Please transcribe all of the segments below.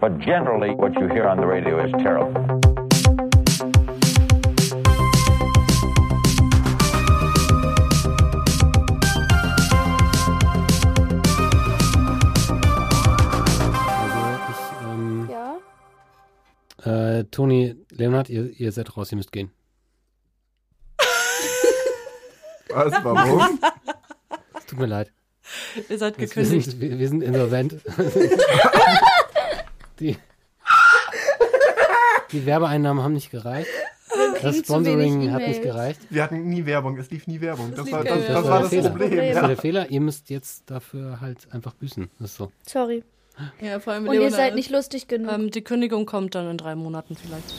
But generally, what you hear on the radio is terrible. Also ich, ähm, Ja? äh, Toni, Leonhard, ihr, ihr seid raus, ihr müsst gehen. Was, Also, warum? Es tut mir leid. Ihr seid Wir gekündigt. sind, wir, wir sind insolvent. die, die Werbeeinnahmen haben nicht gereicht. Das kriegen zu Sponsoring wenig hat nicht E-Mails. gereicht. Wir hatten nie Werbung, es lief nie Werbung. Das, lief war, keine das, Werbung. das, war das Das war Problem. das Das war Ja. der Fehler. Ihr müsst jetzt dafür halt einfach büßen. Das ist so. Sorry. Ja, vor allem Und ihr Leonard. seid nicht lustig genug. Ähm, die Kündigung kommt dann in drei Monaten vielleicht.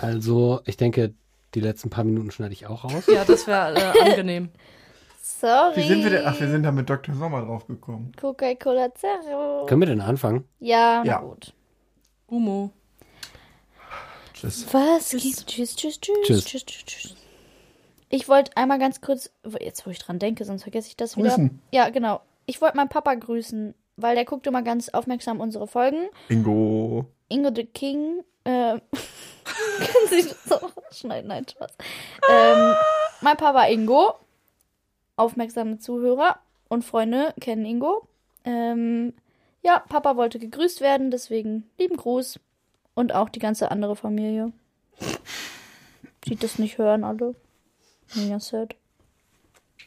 Also, ich denke, die letzten paar Minuten schneide ich auch raus. Ja, das wäre äh, angenehm. Sorry. Wie sind wir denn? Ach, wir sind da mit Dr. Sommer drauf gekommen. Coca-Cola Zero. Können wir denn anfangen? Ja, na Ja. gut. Humo. Tschüss. Was? Tschüss, tschüss, tschüss, Tschüss. tschüss, tschüss, tschüss. Ich wollte einmal ganz kurz, jetzt wo ich dran denke, sonst vergesse ich das wieder. Grüßen. Ja, genau. Ich wollte meinen Papa grüßen, weil der guckt immer ganz aufmerksam unsere Folgen. Ingo. Ingo the King, äh, kann sich das auch schneiden, nein, Spaß. Ähm, mein Papa Ingo, aufmerksame Zuhörer und Freunde kennen Ingo. Ähm, ja, Papa wollte gegrüßt werden, deswegen lieben Gruß und auch die ganze andere Familie. Die das nicht hören, alle. Mega sad.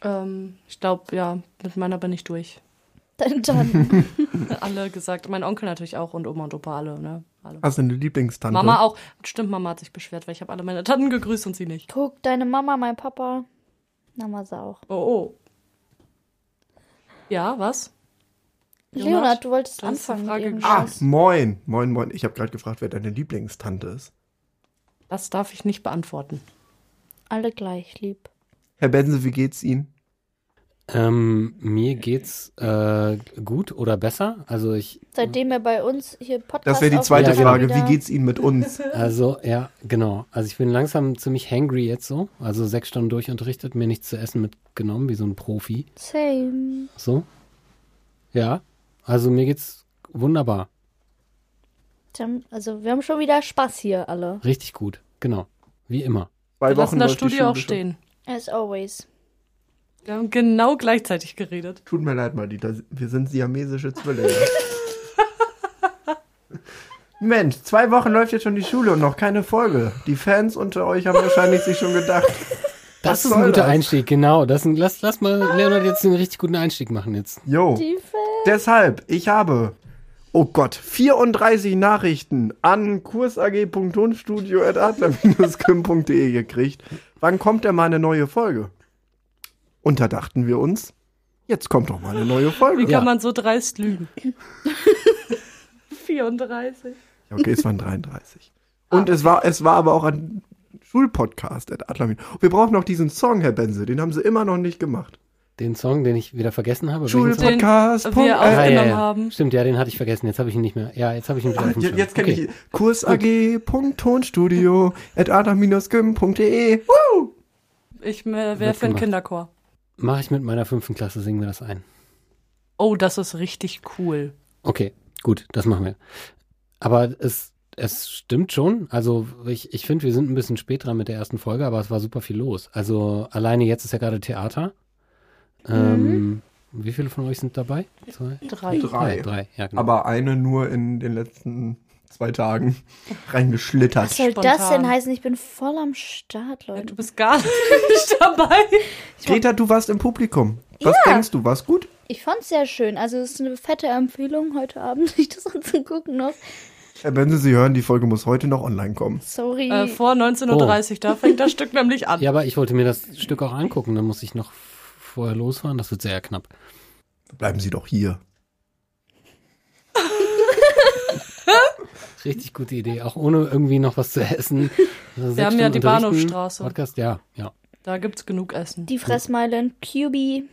Ähm, ich glaube, ja, mit meiner bin ich durch. Deine Tanten. Alle gesagt. Mein Onkel natürlich auch und Oma und Opa alle, ne? Alle. Hast du eine Lieblingstante? Mama auch. Stimmt, Mama hat sich beschwert, weil ich habe alle meine Tanten gegrüßt und sie nicht. Guck, deine Mama, mein Papa. Na, Masa auch. Oh, oh. Ja, was? Jonas, Leonard, du wolltest du hast eine anfangen. mit Frage Ah, irgendwas. moin. Moin, moin. Ich habe gerade gefragt, wer deine Lieblingstante ist. Das darf ich nicht beantworten. Alle gleich lieb. Herr Bense, wie geht's Ihnen? Ähm, mir geht's äh, gut oder besser. Also ich, Seitdem er bei uns hier Podcast Das wäre die aufnimmt, zweite Ja, genau. Frage. wieder- Wie geht's Ihnen mit uns? also ja, genau. Also ich bin langsam ziemlich hangry jetzt so. Also sechs Stunden durchunterrichtet, mir nichts zu essen mitgenommen, wie so ein Profi. Same. So. Ja. Also mir geht's wunderbar. Tam- Also wir haben schon wieder Spaß hier alle. Richtig gut. Genau. Wie immer. Zwei Wir lassen das läuft die Studio Schule auch schon. stehen. As always. Wir haben genau gleichzeitig geredet. Tut mir leid, mal Dieter. Wir sind siamesische Zwillinge. Mensch, zwei Wochen läuft jetzt schon die Schule und noch keine Folge. Die Fans unter euch haben wahrscheinlich sich schon gedacht. Das Was ist ein soll guter das? Einstieg, genau. Das ist ein, lass, lass mal Leonard jetzt einen richtig guten Einstieg machen jetzt. Jo. Die Fans. Deshalb, ich habe, oh Gott, 34 Nachrichten an kursag.tonstudio.adler-kim.de gekriegt. Wann kommt denn mal eine neue Folge? Und da dachten wir uns, jetzt kommt doch mal eine neue Wie Folge. Ja. kann man so dreist lügen? 34. Ja, Okay, es waren 33. Und es war, es war aber auch ein Schulpodcast at Adlamin. Wir brauchen noch diesen Song, Herr Bense, den haben sie immer noch nicht gemacht. Den Song, den ich wieder vergessen habe. welchen Song? Den Schulpodcast. wir Punkt, auch- Ah, ja, ja, aufgenommen ja. haben. Stimmt, ja, den hatte ich vergessen. Jetzt habe ich ihn nicht mehr. Ja, jetzt habe ich ihn wieder auf dem Jetzt, Schirm. jetzt kenne okay. ich kursag.tonstudio at E. adam-kim.de. Ich äh, wäre Wird für einen gemacht. Kinderchor. Mache ich mit meiner fünften Klasse, singen wir das ein. Oh, das ist richtig cool. Okay, gut, das machen wir. Aber es, es stimmt schon. Also ich, ich finde, wir sind ein bisschen spät dran mit der ersten Folge, aber es war super viel los. Also alleine jetzt ist ja gerade Theater. Ähm, Wie viele von euch sind dabei? Zwei? Mhm. Drei. Drei. Drei, ja genau. Aber eine nur in den letzten zwei Tagen reingeschlittert. Was soll Spontan. das denn heißen? Ich bin voll am Start, Du Leute. bist gar nicht dabei. Greta, du warst im Publikum. Was denkst du, war's gut? Ich fand's sehr schön. Also es ist eine fette Empfehlung heute Abend, sich das anzugucken noch. Herr Bense, Äh, Sie hören, die Folge muss heute noch online kommen. Sorry. Äh, vor 19.30 Uhr, da fängt das Stück nämlich an. ja, aber ich wollte mir das Stück auch angucken. Dann muss ich noch vorher losfahren. Das wird sehr knapp. Bleiben Sie doch hier. Richtig gute Idee. Auch ohne irgendwie noch was zu essen. Wir haben ja die Bahnhofstraße. Podcast, ja, ja. Da gibt's genug Essen. Die Fressmeile in QB.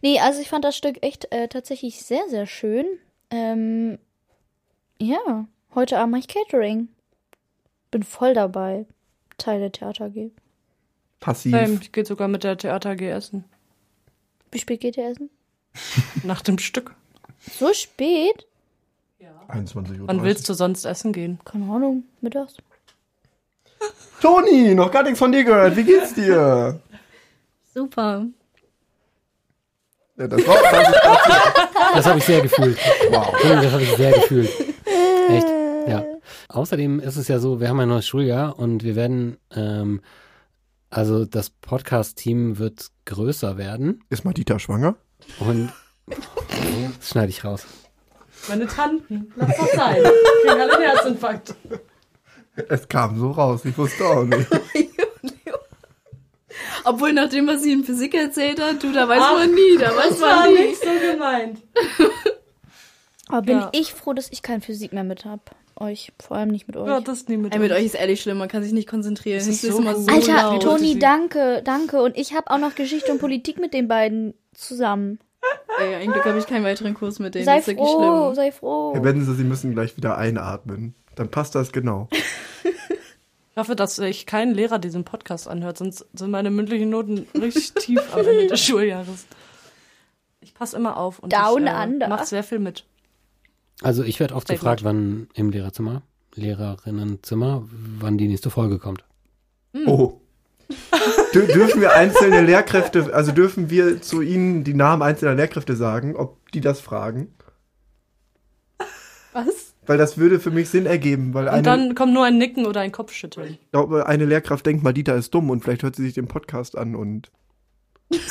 Nee, also ich fand das Stück echt äh, tatsächlich sehr, sehr schön. Ähm, ja, heute Abend mache ich Catering. Bin voll dabei. Teil der Theater AG. Passiv. Ähm, ich gehe sogar mit der Theater G essen. Wie spät geht ihr essen? Nach dem Stück. So spät? 21 Uhr. Wann willst du sonst essen gehen? Keine Ahnung, mittags. Toni, noch gar nichts von dir gehört. Wie geht's dir? Super. Ja, das war 20 Das habe ich sehr gefühlt. Wow. Entschuldigung, das habe ich sehr gefühlt. Echt, ja. Außerdem ist es ja so, wir haben ein neues Schuljahr und wir werden, ähm, also das Podcast-Team wird größer werden Ist Madita schwanger? und das schneide ich raus. Meine Tanten. Lass das sein. Kriegen alle einen Herzinfarkt. Es kam so raus, ich wusste auch nicht. Obwohl, nachdem, was sie in Physik erzählt hat, du, da weiß Ach, man nie, da weiß man nie. so gemeint. Aber bin Ja. ich froh, dass ich keine Physik mehr mit hab. Euch, vor allem nicht mit euch. Ja, das nie mit. Ey, mit euch ist ehrlich schlimm, man kann sich nicht konzentrieren. Das ist Ich so immer gut. Alter, laut. Toni, danke, danke. Und ich habe auch noch Geschichte und Politik mit den beiden zusammen. Ey, ein Glück habe ich keinen weiteren Kurs mit denen. sei das ist wirklich froh, schlimm. sei froh. Wenn sie, sie müssen gleich wieder einatmen. Dann passt das genau. Ich hoffe, dass sich kein Lehrer diesen Podcast anhört, sonst sind meine mündlichen Noten richtig tief am Ende des Schuljahres. Ich passe immer auf und Down ich äh, under. mach sehr viel mit. Also ich werde oft Sehr gefragt, wann im Lehrerzimmer, Lehrerinnenzimmer, wann die nächste Folge kommt. Hm. Oh. Dür dürfen wir einzelne Lehrkräfte, also dürfen wir zu ihnen die Namen einzelner Lehrkräfte sagen, ob die das fragen? Was? Weil das würde für mich Sinn ergeben, weil Und eine, dann kommt nur ein Nicken oder ein Kopfschütteln. ich glaube, eine Lehrkraft denkt, Madita ist dumm und vielleicht hört sie sich den Podcast an und Sorry,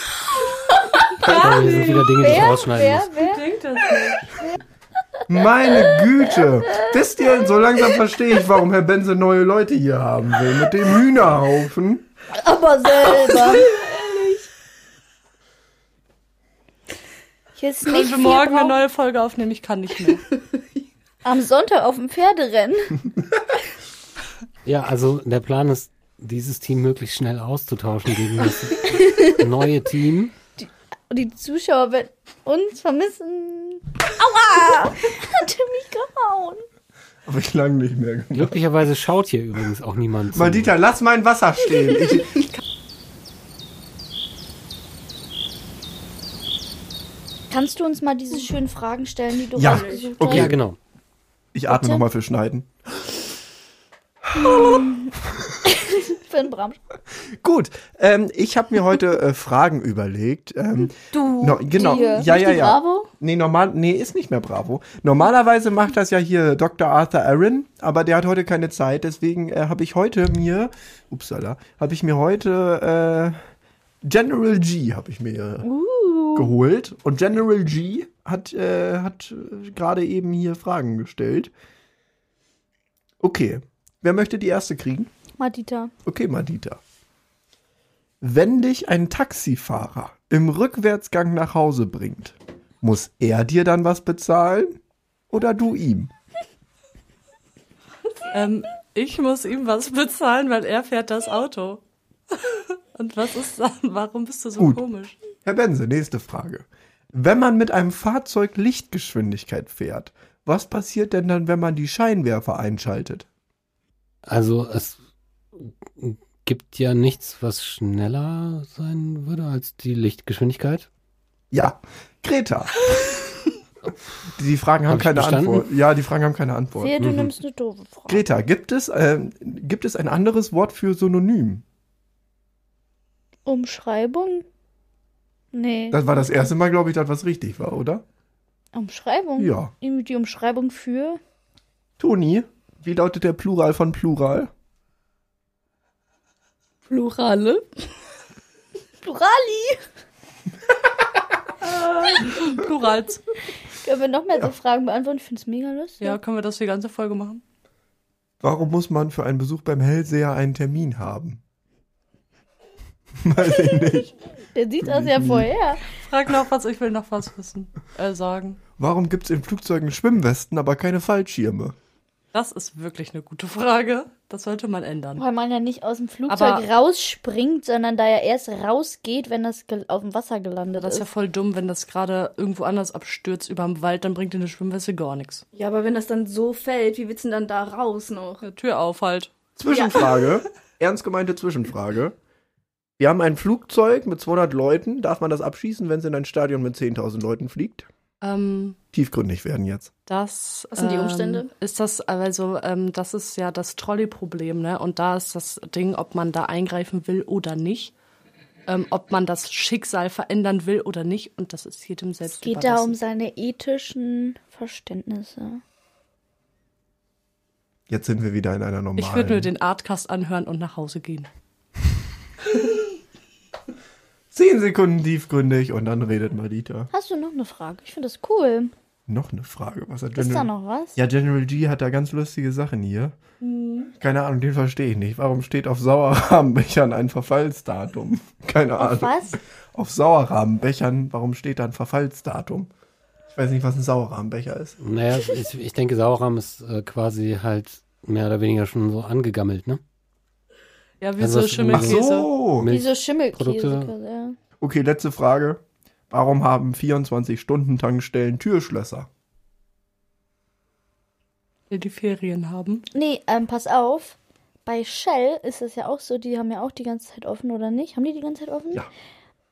Das sind wieder Dinge, die ich rausschneiden Ah, wer, muss. wer? Denkt das nicht. meine Güte, wisst ihr, so langsam verstehe ich, warum Herr Benze neue Leute hier haben will mit dem Hühnerhaufen. Aber selber. Hier ist nicht Ich will viel morgen eine Brauch- neue Folge aufnehmen, ich kann nicht mehr. Am Sonntag auf dem Pferderennen. Ja, also der Plan ist, dieses Team möglichst schnell auszutauschen gegen das neue Team. Und die Zuschauer werden uns vermissen. Aua! Hat er mich gehauen. Aber ich lang nicht mehr. Glücklicherweise schaut hier übrigens auch niemand zu. Madita, lass mein Wasser stehen. Ich, Kannst du uns mal diese schönen Fragen stellen, die du Ja, rausgesucht okay. Ja, hast? genau. ich atme Bitte? nochmal für Schneiden. Für den Bram. Gut, ähm, ich habe mir heute äh, Fragen überlegt. Ähm, Du, no, genau, dir. ja, ja, Nicht die ja. Bravo? Nee, normal, nee, ist nicht mehr Bravo. Normalerweise macht das ja hier Dr. Arthur Aaron, aber der hat heute keine Zeit, deswegen äh, habe ich heute mir, upsala, habe ich mir heute äh, General G habe ich mir Uh. geholt und General G hat äh, hat äh, gerade eben hier Fragen gestellt. Okay, wer möchte die erste kriegen? Madita. Okay, Madita. Wenn dich ein Taxifahrer im Rückwärtsgang nach Hause bringt, muss er dir dann was bezahlen oder du ihm? ähm, ich muss ihm was bezahlen, weil er fährt das Auto. Und was ist dann? Warum bist du so Gut. komisch? Herr Bense, nächste Frage. Wenn man mit einem Fahrzeug Lichtgeschwindigkeit fährt, was passiert denn dann, wenn man die Scheinwerfer einschaltet? Also es gibt ja nichts, was schneller sein würde als die Lichtgeschwindigkeit. Ja, Greta. Die Fragen haben Hab ich keine bestanden? Antwort. Ja, die Fragen haben keine Antwort. Sehe, du nimmst eine doofe Frage. Greta, gibt es, ähm, gibt es ein anderes Wort für Synonym? Umschreibung? Nee. Das war das erste Mal, glaube ich, dass was richtig war, oder? Umschreibung? Ja. Irgendwie Die Umschreibung für? Toni, wie lautet der Plural von Plural? Plurale. Plurali! Plurals. Können wir noch mehr so Fragen beantworten? Ich finde es mega lustig. Ja, können wir das die ganze Folge machen? Warum muss man für einen Besuch beim Hellseher einen Termin haben? Weiß ich nicht. Der sieht das Mhm. ja vorher. Frag noch was, ich will noch was wissen. Äh, sagen. Warum gibt es in Flugzeugen Schwimmwesten, aber keine Fallschirme? Das ist wirklich eine gute Frage. Das sollte man ändern. Weil man ja nicht aus dem Flugzeug Aber- rausspringt, sondern da ja erst rausgeht, wenn das gel- auf dem Wasser gelandet Das ist ja ist. voll dumm, wenn das gerade irgendwo anders abstürzt überm Wald, dann bringt dir eine Schwimmweste gar nichts. Ja, aber wenn das dann so fällt, wie willst du denn dann da raus noch? Ja, Tür auf halt. Zwischenfrage. Ernst gemeinte Zwischenfrage. Wir haben ein Flugzeug mit 200 Leuten. Darf man das abschießen, wenn es in ein Stadion mit 10.000 Leuten fliegt? Ähm, Tiefgründig werden jetzt. das, Was sind die Ähm, Umstände? ist das, also, ähm, das ist ja das Trolley-Problem, ne? Und da ist das Ding, ob man da eingreifen will oder nicht. Ähm, ob man das Schicksal verändern will oder nicht. Und das ist jedem selbst Es geht da um überlassen. seine ethischen Verständnisse. Jetzt sind wir wieder in einer normalen. Ich würde mir den Artcast anhören und nach Hause gehen. Zehn Sekunden tiefgründig und dann redet Marita. Hast du noch eine Frage? Ich finde das cool. Noch eine Frage. Was hat Ist da General- noch was? Ja, General G hat da ganz lustige Sachen hier. Mhm. Keine Ahnung, den verstehe ich nicht. Warum steht auf Sauerrahmenbechern ein Verfallsdatum? Keine Ahnung. Auf was? Auf Sauerrahmenbechern, warum steht da ein Verfallsdatum? Ich weiß nicht, was ein Sauerrahmenbecher ist. Naja, ich, ich denke, Sauerrahm ist äh, quasi halt mehr oder weniger schon so angegammelt, ne? Ja, wie Also das- so Ach Ach Schimmelkäse. so. Diese Produkte- Schimmelkäse. Okay, letzte Frage. Warum haben 24-Stunden-Tankstellen Türschlösser? die die Ferien haben. Nee, ähm, pass auf. Bei Shell ist es ja auch so, die haben ja auch die ganze Zeit offen, oder nicht? Haben die die ganze Zeit offen? Ja.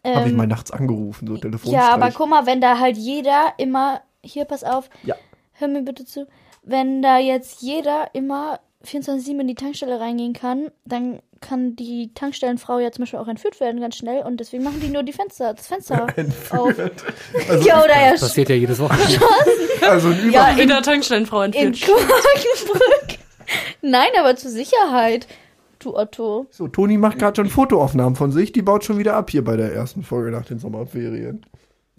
Ähm, Habe ich mal nachts angerufen, so Telefonstreich. Ja, aber guck mal, wenn da halt jeder immer, hier, pass auf, Ja. hör mir bitte zu, wenn da jetzt jeder immer 24-7 in die Tankstelle reingehen kann, dann kann die Tankstellenfrau ja zum Beispiel auch entführt werden ganz schnell und deswegen machen die nur die Fenster, das Fenster auf. Also, ja, oder ja, Das passiert ja jedes Wochenende. also ein Über Ja, In der Tankstellenfrau in entführt. Quakenbrück. Nein, aber zur Sicherheit, du Otto. So, Toni macht gerade schon Fotoaufnahmen von sich. Die baut schon wieder ab hier bei der ersten Folge nach den Sommerferien.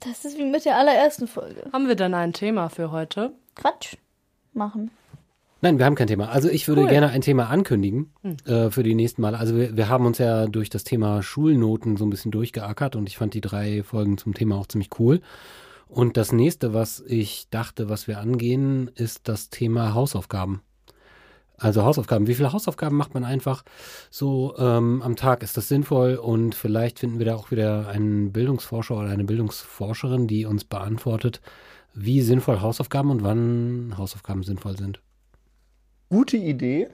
Das ist wie mit der allerersten Folge. Haben wir denn ein Thema für heute? Quatsch machen. Nein, wir haben kein Thema. Also ich würde Cool. gerne ein Thema ankündigen äh, für die nächsten Male. Also wir, wir haben uns ja durch das Thema Schulnoten so ein bisschen durchgeackert und ich fand die drei Folgen zum Thema auch ziemlich cool. Und das nächste, was ich dachte, was wir angehen, ist das Thema Hausaufgaben. Also Hausaufgaben. Wie viele Hausaufgaben macht man einfach so ähm, am Tag? Ist das sinnvoll? Und vielleicht finden wir da auch wieder einen Bildungsforscher oder eine Bildungsforscherin, die uns beantwortet, wie sinnvoll Hausaufgaben und wann Hausaufgaben sinnvoll sind. Gute Idee.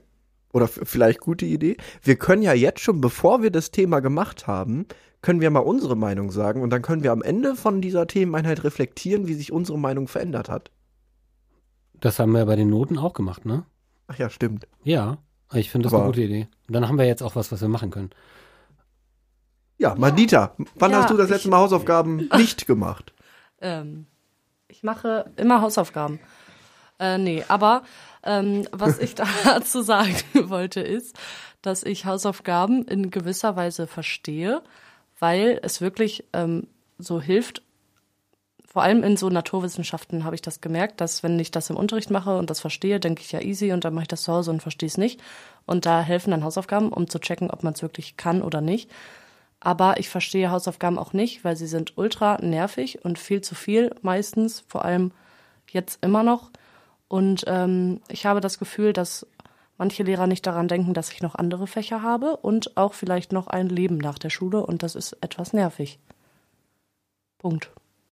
Oder f- vielleicht gute Idee. Wir können ja jetzt schon, bevor wir das Thema gemacht haben, können wir mal unsere Meinung sagen und dann können wir am Ende von dieser Themeneinheit reflektieren, wie sich unsere Meinung verändert hat. Das haben wir bei den Noten auch gemacht, ne? Ach ja, stimmt. Ja, ich finde das Aber- eine gute Idee. Und dann haben wir jetzt auch was, was wir machen können. Ja, Madita, wann Ja, hast du das letzte ich- Mal Hausaufgaben nicht gemacht? Ähm, ich mache immer Hausaufgaben. Äh, nee, aber ähm, was ich dazu sagen wollte, ist, dass ich Hausaufgaben in gewisser Weise verstehe, weil es wirklich ähm, so hilft, vor allem in so Naturwissenschaften habe ich das gemerkt, dass wenn ich das im Unterricht mache und das verstehe, denke ich ja easy und dann mache ich das zu Hause und verstehe es nicht. Und da helfen dann Hausaufgaben, um zu checken, ob man es wirklich kann oder nicht. Aber ich verstehe Hausaufgaben auch nicht, weil sie sind ultra nervig und viel zu viel meistens, vor allem jetzt immer noch. Und ähm, ich habe das Gefühl, dass manche Lehrer nicht daran denken, dass ich noch andere Fächer habe und auch vielleicht noch ein Leben nach der Schule und das ist etwas nervig. Punkt.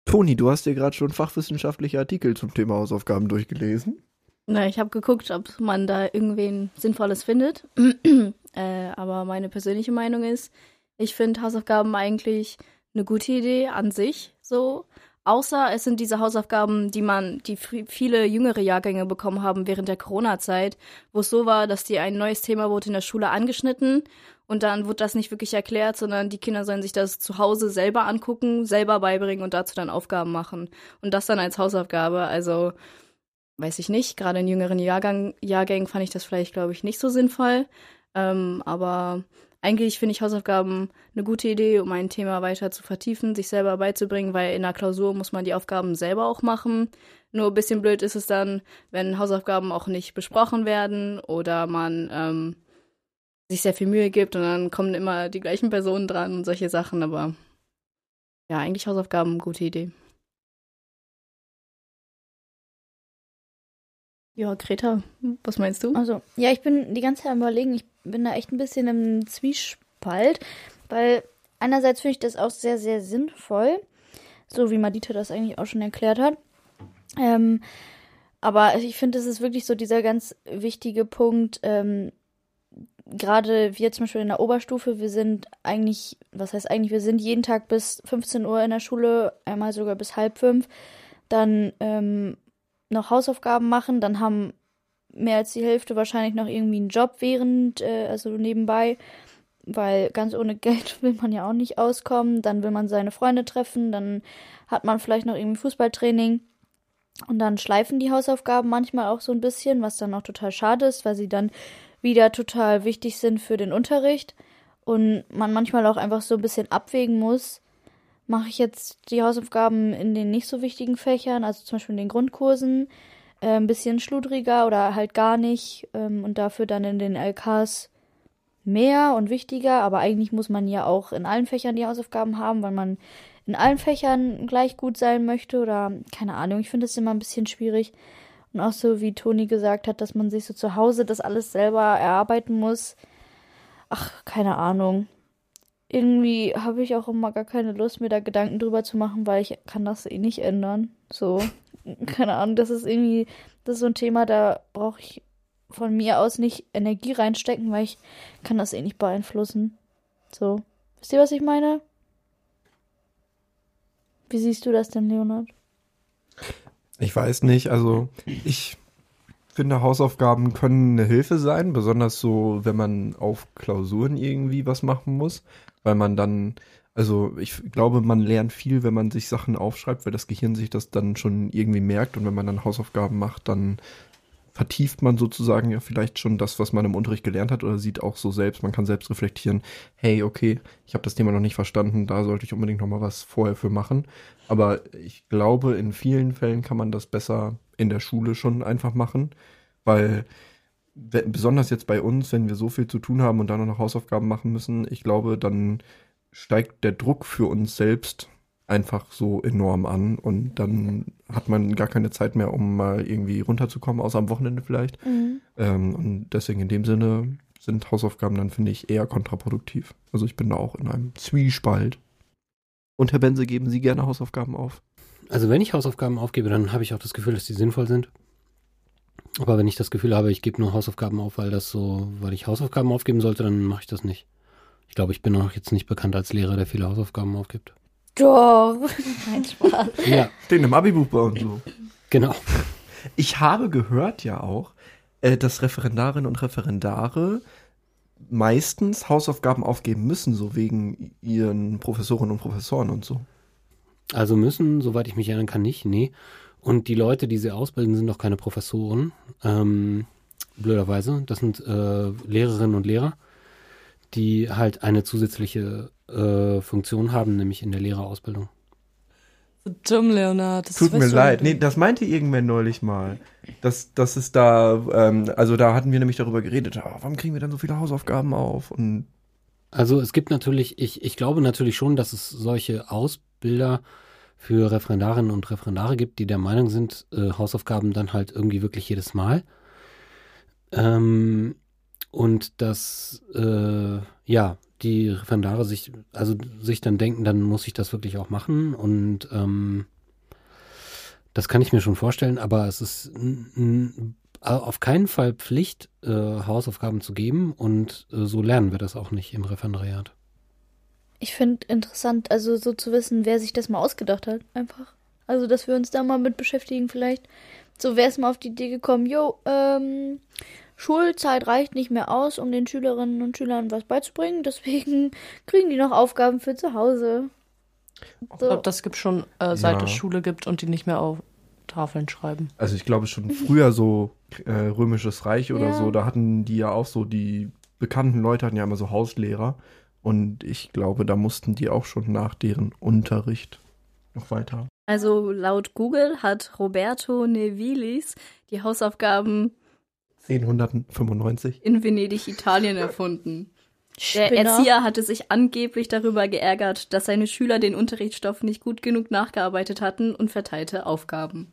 Toni, du hast dir gerade schon fachwissenschaftliche Artikel zum Thema Hausaufgaben durchgelesen. Na, ich habe geguckt, ob man da irgendwen Sinnvolles findet. äh, aber meine persönliche Meinung ist, ich finde Hausaufgaben eigentlich eine gute Idee an sich so. Außer es sind diese Hausaufgaben, die man, die fri- viele jüngere Jahrgänge bekommen haben während der Corona-Zeit, wo es so war, dass die ein neues Thema wurde in der Schule angeschnitten und dann wurde das nicht wirklich erklärt, sondern die Kinder sollen sich das zu Hause selber angucken, selber beibringen und dazu dann Aufgaben machen. Und das dann als Hausaufgabe. Also weiß ich nicht. Gerade in jüngeren Jahrgang, Jahrgängen fand ich das vielleicht, glaube ich, nicht so sinnvoll. Ähm, aber eigentlich finde ich Hausaufgaben eine gute Idee, um ein Thema weiter zu vertiefen, sich selber beizubringen, weil in der Klausur muss man die Aufgaben selber auch machen. Nur ein bisschen blöd ist es dann, wenn Hausaufgaben auch nicht besprochen werden oder man ähm, sich sehr viel Mühe gibt und dann kommen immer die gleichen Personen dran und solche Sachen. Aber ja, eigentlich Hausaufgaben, gute Idee. Ja, Greta, was meinst du? Also, ja, ich bin die ganze Zeit am überlegen, ich bin da echt ein bisschen im Zwiespalt, weil einerseits finde ich das auch sehr, sehr sinnvoll, so wie Madita das eigentlich auch schon erklärt hat. Ähm, aber ich finde, es ist wirklich so dieser ganz wichtige Punkt, ähm, gerade wir zum Beispiel in der Oberstufe, wir sind eigentlich, was heißt eigentlich, wir sind jeden Tag bis 15 Uhr in der Schule, einmal sogar bis halb fünf, dann ähm, noch Hausaufgaben machen, dann haben mehr als die Hälfte wahrscheinlich noch irgendwie einen Job während, äh, also nebenbei, weil ganz ohne Geld will man ja auch nicht auskommen, dann will man seine Freunde treffen, dann hat man vielleicht noch irgendwie Fußballtraining. Und dann schleifen die Hausaufgaben manchmal auch so ein bisschen, was dann auch total schade ist, weil sie dann wieder total wichtig sind für den Unterricht und man manchmal auch einfach so ein bisschen abwägen muss, mache ich jetzt die Hausaufgaben in den nicht so wichtigen Fächern, also zum Beispiel in den Grundkursen, äh, ein bisschen schludriger oder halt gar nicht ähm, und dafür dann in den LKs mehr und wichtiger, aber eigentlich muss man ja auch in allen Fächern die Hausaufgaben haben, weil man in allen Fächern gleich gut sein möchte oder keine Ahnung, ich finde es immer ein bisschen schwierig. Und auch so, wie Toni gesagt hat, dass man sich so zu Hause das alles selber erarbeiten muss. Ach, keine Ahnung. Irgendwie habe ich auch immer gar keine Lust, mir da Gedanken drüber zu machen, weil ich kann das eh nicht ändern. So, keine Ahnung, das ist irgendwie, das ist so ein Thema, da brauche ich von mir aus nicht Energie reinstecken, weil ich kann das eh nicht beeinflussen. So, wisst ihr, was ich meine? Wie siehst du das denn, Leonard? Ich weiß nicht, also ich finde, Hausaufgaben können eine Hilfe sein, besonders so, wenn man auf Klausuren irgendwie was machen muss, weil man dann, also ich glaube, man lernt viel, wenn man sich Sachen aufschreibt, weil das Gehirn sich das dann schon irgendwie merkt und wenn man dann Hausaufgaben macht, dann vertieft man sozusagen ja vielleicht schon das, was man im Unterricht gelernt hat oder sieht auch so selbst, man kann selbst reflektieren, hey, okay, ich habe das Thema noch nicht verstanden, da sollte ich unbedingt noch mal was vorher für machen. Aber ich glaube, in vielen Fällen kann man das besser in der Schule schon einfach machen, weil we- besonders jetzt bei uns, wenn wir so viel zu tun haben und dann noch Hausaufgaben machen müssen, ich glaube, dann steigt der Druck für uns selbst einfach so enorm an und dann hat man gar keine Zeit mehr, um mal irgendwie runterzukommen, außer am Wochenende vielleicht. Mhm. Ähm, und deswegen in dem Sinne sind Hausaufgaben dann, finde ich, eher kontraproduktiv. Also ich bin da auch in einem Zwiespalt. Und Herr Benze, geben Sie gerne Hausaufgaben auf? Also wenn ich Hausaufgaben aufgebe, dann habe ich auch das Gefühl, dass die sinnvoll sind. Aber wenn ich das Gefühl habe, ich gebe nur Hausaufgaben auf, weil das so, weil ich Hausaufgaben aufgeben sollte, dann mache ich das nicht. Ich glaube, ich bin auch jetzt nicht bekannt als Lehrer, der viele Hausaufgaben aufgibt. Doch. Nein, Spaß. Ja, Stehen im Abibuch bei uns so. genau. Ich habe gehört ja auch, äh, dass Referendarinnen und Referendare meistens Hausaufgaben aufgeben müssen, so wegen ihren Professorinnen und Professoren und so. Also müssen, soweit ich mich erinnern kann, nicht, nee. Und die Leute, die sie ausbilden, sind doch keine Professoren, ähm, blöderweise. Das sind äh, Lehrerinnen und Lehrer, die halt eine zusätzliche äh, Funktion haben, nämlich in der Lehrerausbildung. So dumm, Leonard. Das Tut mir weißt du leid. nicht. Nee, das meinte irgendwer neulich mal. Das, das ist da, ähm, also da hatten wir nämlich darüber geredet, ah, warum kriegen wir dann so viele Hausaufgaben auf? Und Also es gibt natürlich, ich, ich glaube natürlich schon, dass es solche Ausbilder für Referendarinnen und Referendare gibt, die der Meinung sind, äh, Hausaufgaben dann halt irgendwie wirklich jedes Mal. Ähm, und dass, äh, ja, die Referendare sich, also sich dann denken, dann muss ich das wirklich auch machen und ähm, das kann ich mir schon vorstellen, aber es ist n- n- Äh, auf keinen Fall Pflicht, äh, Hausaufgaben zu geben und äh, so lernen wir das auch nicht im Referendariat. Ich finde interessant, also so zu wissen, wer sich das mal ausgedacht hat, einfach. Also, dass wir uns da mal mit beschäftigen, vielleicht. So wäre es mal auf die Idee gekommen, jo, ähm, Schulzeit reicht nicht mehr aus, um den Schülerinnen und Schülern was beizubringen, deswegen kriegen die noch Aufgaben für zu Hause. Ich So. glaube, das gibt schon, äh, seit Ja. es Schule gibt und die nicht mehr auf Tafeln schreiben. also ich glaube schon früher so äh, Römisches Reich oder Ja. so, da hatten die ja auch so, die bekannten Leute hatten ja immer so Hauslehrer. Und ich glaube, da mussten die auch schon nach deren Unterricht noch weiter. Also laut Google hat Roberto Nevilis die Hausaufgaben 1095. in Venedig, Italien erfunden. Der Spinner. Erzieher hatte sich angeblich darüber geärgert, dass seine Schüler den Unterrichtsstoff nicht gut genug nachgearbeitet hatten und verteilte Aufgaben.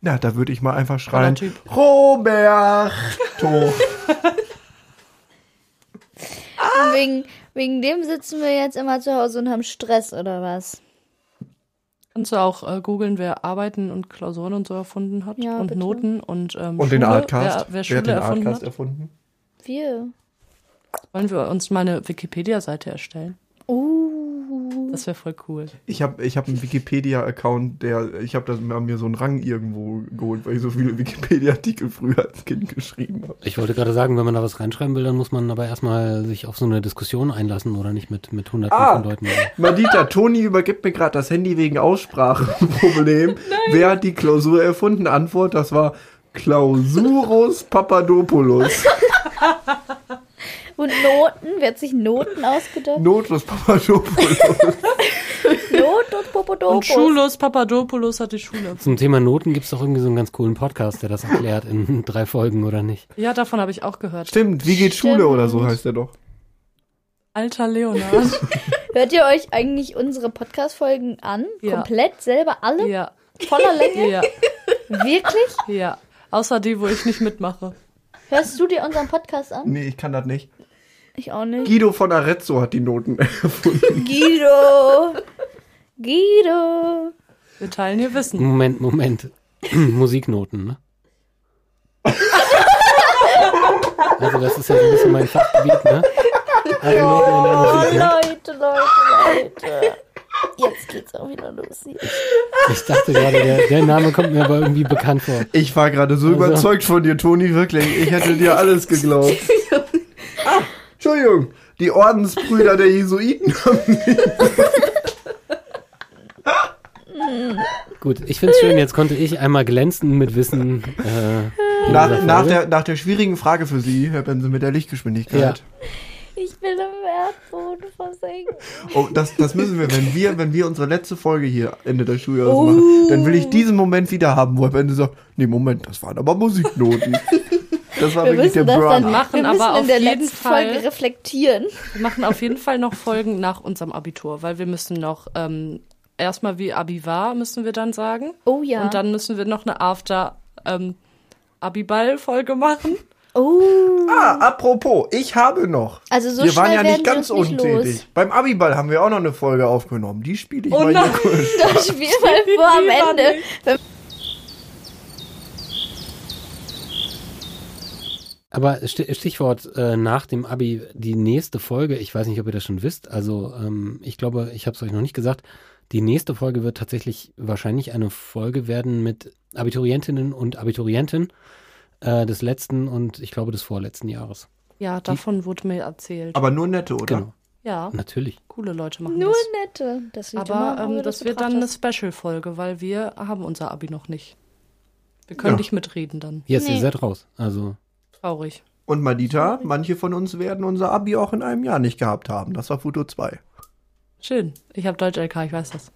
Na, da würde ich mal einfach schreien. Typ. Roberto. Und wegen, wegen dem sitzen wir jetzt immer zu Hause und haben Stress, oder was? Kannst du auch äh, googeln, wer Arbeiten und Klausuren und so erfunden hat Ja, und bitte. Noten und ähm, Und den Schule, Artcast. Wer, wer Schule erfunden hat. erfunden? Wir. Wollen wir uns mal eine Wikipedia-Seite erstellen? Uh. Das wäre voll cool. Ich habe ich hab einen Wikipedia-Account, der, ich habe mir so einen Rang irgendwo geholt, weil ich so viele Wikipedia-Artikel früher als Kind geschrieben habe. Ich wollte gerade sagen, wenn man da was reinschreiben will, dann muss man aber erstmal sich auf so eine Diskussion einlassen oder nicht mit, mit hunderten Ah. von Leuten. Madita, Toni übergibt mir gerade das Handy wegen Ausspracheproblem. Wer hat die Klausur erfunden? Antwort, das war Klausurus Papadopoulos. Und Noten? Wer hat sich Noten ausgedacht? Notus Papadopoulos. Noten und Und Popodopos. Schulos Papadopoulos hat die Schule. Zum Thema Noten gibt es doch irgendwie so einen ganz coolen Podcast, der das erklärt in drei Folgen oder nicht. Ja, davon habe ich auch gehört. Stimmt, wie geht Schule oder so heißt er doch. Alter Leonard. Hört ihr euch eigentlich unsere Podcast-Folgen an? Ja. Komplett selber alle? ja, Voller Länge? ja, Wirklich? ja. Außer die, wo ich nicht mitmache. Hörst du dir unseren Podcast an? Nee, ich kann das nicht. Ich auch nicht. Guido von Arezzo hat die Noten erfunden. Guido! Guido! Wir teilen ihr Wissen. Moment, Moment. Musiknoten, ne? Also das ist ja so ein bisschen mein Fachgebiet, ne? Also Noten in der Musik, ne? Leute, Leute, Leute. Jetzt geht's auch wieder los. hier. Ich dachte gerade, der, der Name kommt mir aber irgendwie bekannt vor. Ich war gerade so überzeugt von dir, Toni, wirklich. Ich hätte dir alles geglaubt. Ah, Entschuldigung. Die Ordensbrüder der Jesuiten. Gut, ich find's schön, jetzt konnte ich einmal glänzen mit Wissen. Äh, in dieser Nach, Folge. nach, der, nach der schwierigen Frage für Sie, Herr Benson, mit der Lichtgeschwindigkeit. Ich will im Erdboden versenken. Oh, das, das müssen wir, wenn wir, wenn wir unsere letzte Folge hier Ende des Schuljahres Oh. machen, dann will ich diesen Moment wieder haben, wo Herr Benson sagt, nee, Moment, das waren aber Musiknoten. Das war Wir wirklich der müssen das dann Burner. machen, wir müssen aber in auf der jeden letzten Fall- Folge reflektieren. Wir machen auf jeden Fall noch Folgen nach unserem Abitur, weil wir müssen noch ähm, erstmal wie Abi war, müssen wir dann sagen. Oh ja. Und dann müssen wir noch eine After ähm, Abiball-Folge machen. oh. Ah, apropos, ich habe noch. Also so wir waren schnell ja werden nicht wir ganz uns nicht untätig. los. Oh Beim Abiball haben wir auch noch eine Folge aufgenommen. Die spiele ich mal hier nein. kurz. Das Spiel mal vor am lieber Ende. Aber Sti- Stichwort äh, nach dem Abi, die nächste Folge, ich weiß nicht, ob ihr das schon wisst, also ähm, ich glaube, ich habe es euch noch nicht gesagt, die nächste Folge wird tatsächlich wahrscheinlich eine Folge werden mit Abiturientinnen und Abiturienten äh, des letzten und ich glaube des vorletzten Jahres. Ja, davon wurde mir erzählt. Aber nur nette, oder? Genau, ja, natürlich. coole Leute machen Nur das. nette. Das liegt immer, Aber an, wo ähm, du das wird dann eine betrachtest. Special-Folge, weil wir haben unser Abi noch nicht. Wir können Ja. nicht mitreden dann. Yes, Nee. ihr seid raus. Also Traurig. Und Madita, manche von uns werden unser Abi auch in einem Jahr nicht gehabt haben. Das war Foto 2. Schön. Ich habe Deutsch-LK, ich weiß das.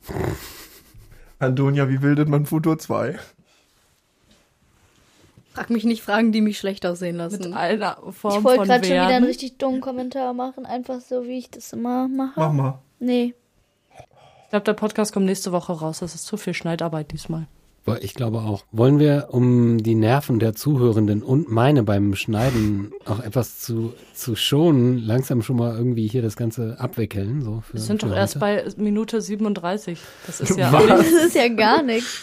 Antonia, wie bildet man Foto 2? Frag mich nicht Fragen, die mich schlecht aussehen Mit lassen. einer Form Ich von wollte gerade schon wieder einen Werden. richtig dummen Kommentar machen, einfach so wie ich das immer mache. Mach mal. Nee. Ich glaube, der Podcast kommt nächste Woche raus. Das ist zu viel Schneidarbeit diesmal. wo- ich glaube auch. Wollen wir, um die Nerven der Zuhörenden und meine beim Schneiden auch etwas zu, zu schonen, langsam schon mal irgendwie hier das Ganze abwickeln? So für, Wir sind für doch erst heute? bei Minute 37. Das ist ja Was? auch Das ist ja gar nichts.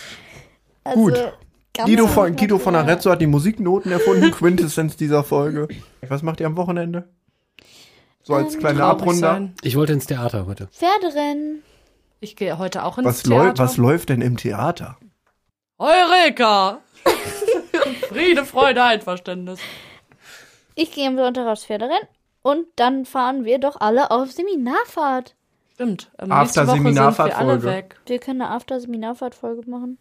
Also, Gut. ganz Guido einfach von, Guido von klar. Arezzo hat die Musiknoten erfunden, Quintessenz dieser Folge. Was macht ihr am Wochenende? So als kleine Ähm, traurig Abrunder. sein. Ich wollte ins Theater heute. Pferderennen. Ich gehe heute auch ins Was, läu Theater. was läuft denn im Theater? Eureka! Friede, Freude, Einverständnis. Ich gehe am Sonntag aufs Pferderennen und dann fahren wir doch alle auf Seminarfahrt. Stimmt. Ähm, After nächste Woche sind wir alle Seminarfahrtfolge. weg. Wir können eine After-Seminarfahrt-Folge machen.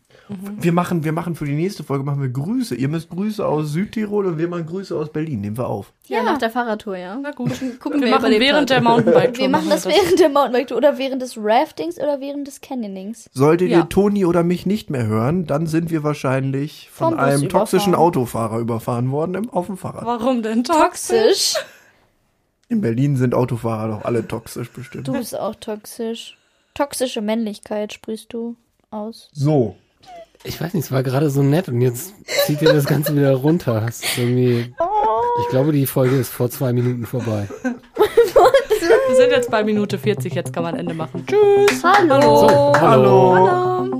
Wir machen, wir machen für die nächste Folge machen wir Grüße. Ihr müsst Grüße aus Südtirol und wir machen Grüße aus Berlin. Nehmen wir auf. Ja, nach der Fahrradtour, ja. Na gut. Gucken wir wer machen überlebt während hat. der Mountainbike-Tour. Wir machen das während der Mountainbike-Tour oder während des Raftings oder während des Canyonings. Solltet Ja. ihr Toni oder mich nicht mehr hören, dann sind wir wahrscheinlich von Vom Bus einem toxischen überfahren. Autofahrer überfahren worden im, auf dem Fahrrad. Warum denn Toxisch. toxisch? In Berlin sind Autofahrer doch alle toxisch bestimmt. Du bist auch toxisch. Toxische Männlichkeit sprichst du aus. So. Ich weiß nicht, es war gerade so nett und jetzt zieht ihr das Ganze wieder runter. Es ist irgendwie, ich glaube, die Folge ist vor zwei Minuten vorbei. Wir sind jetzt bei Minute 40. Jetzt kann man Ende machen. Tschüss. So, Hallo. hallo. Hallo. Ähm,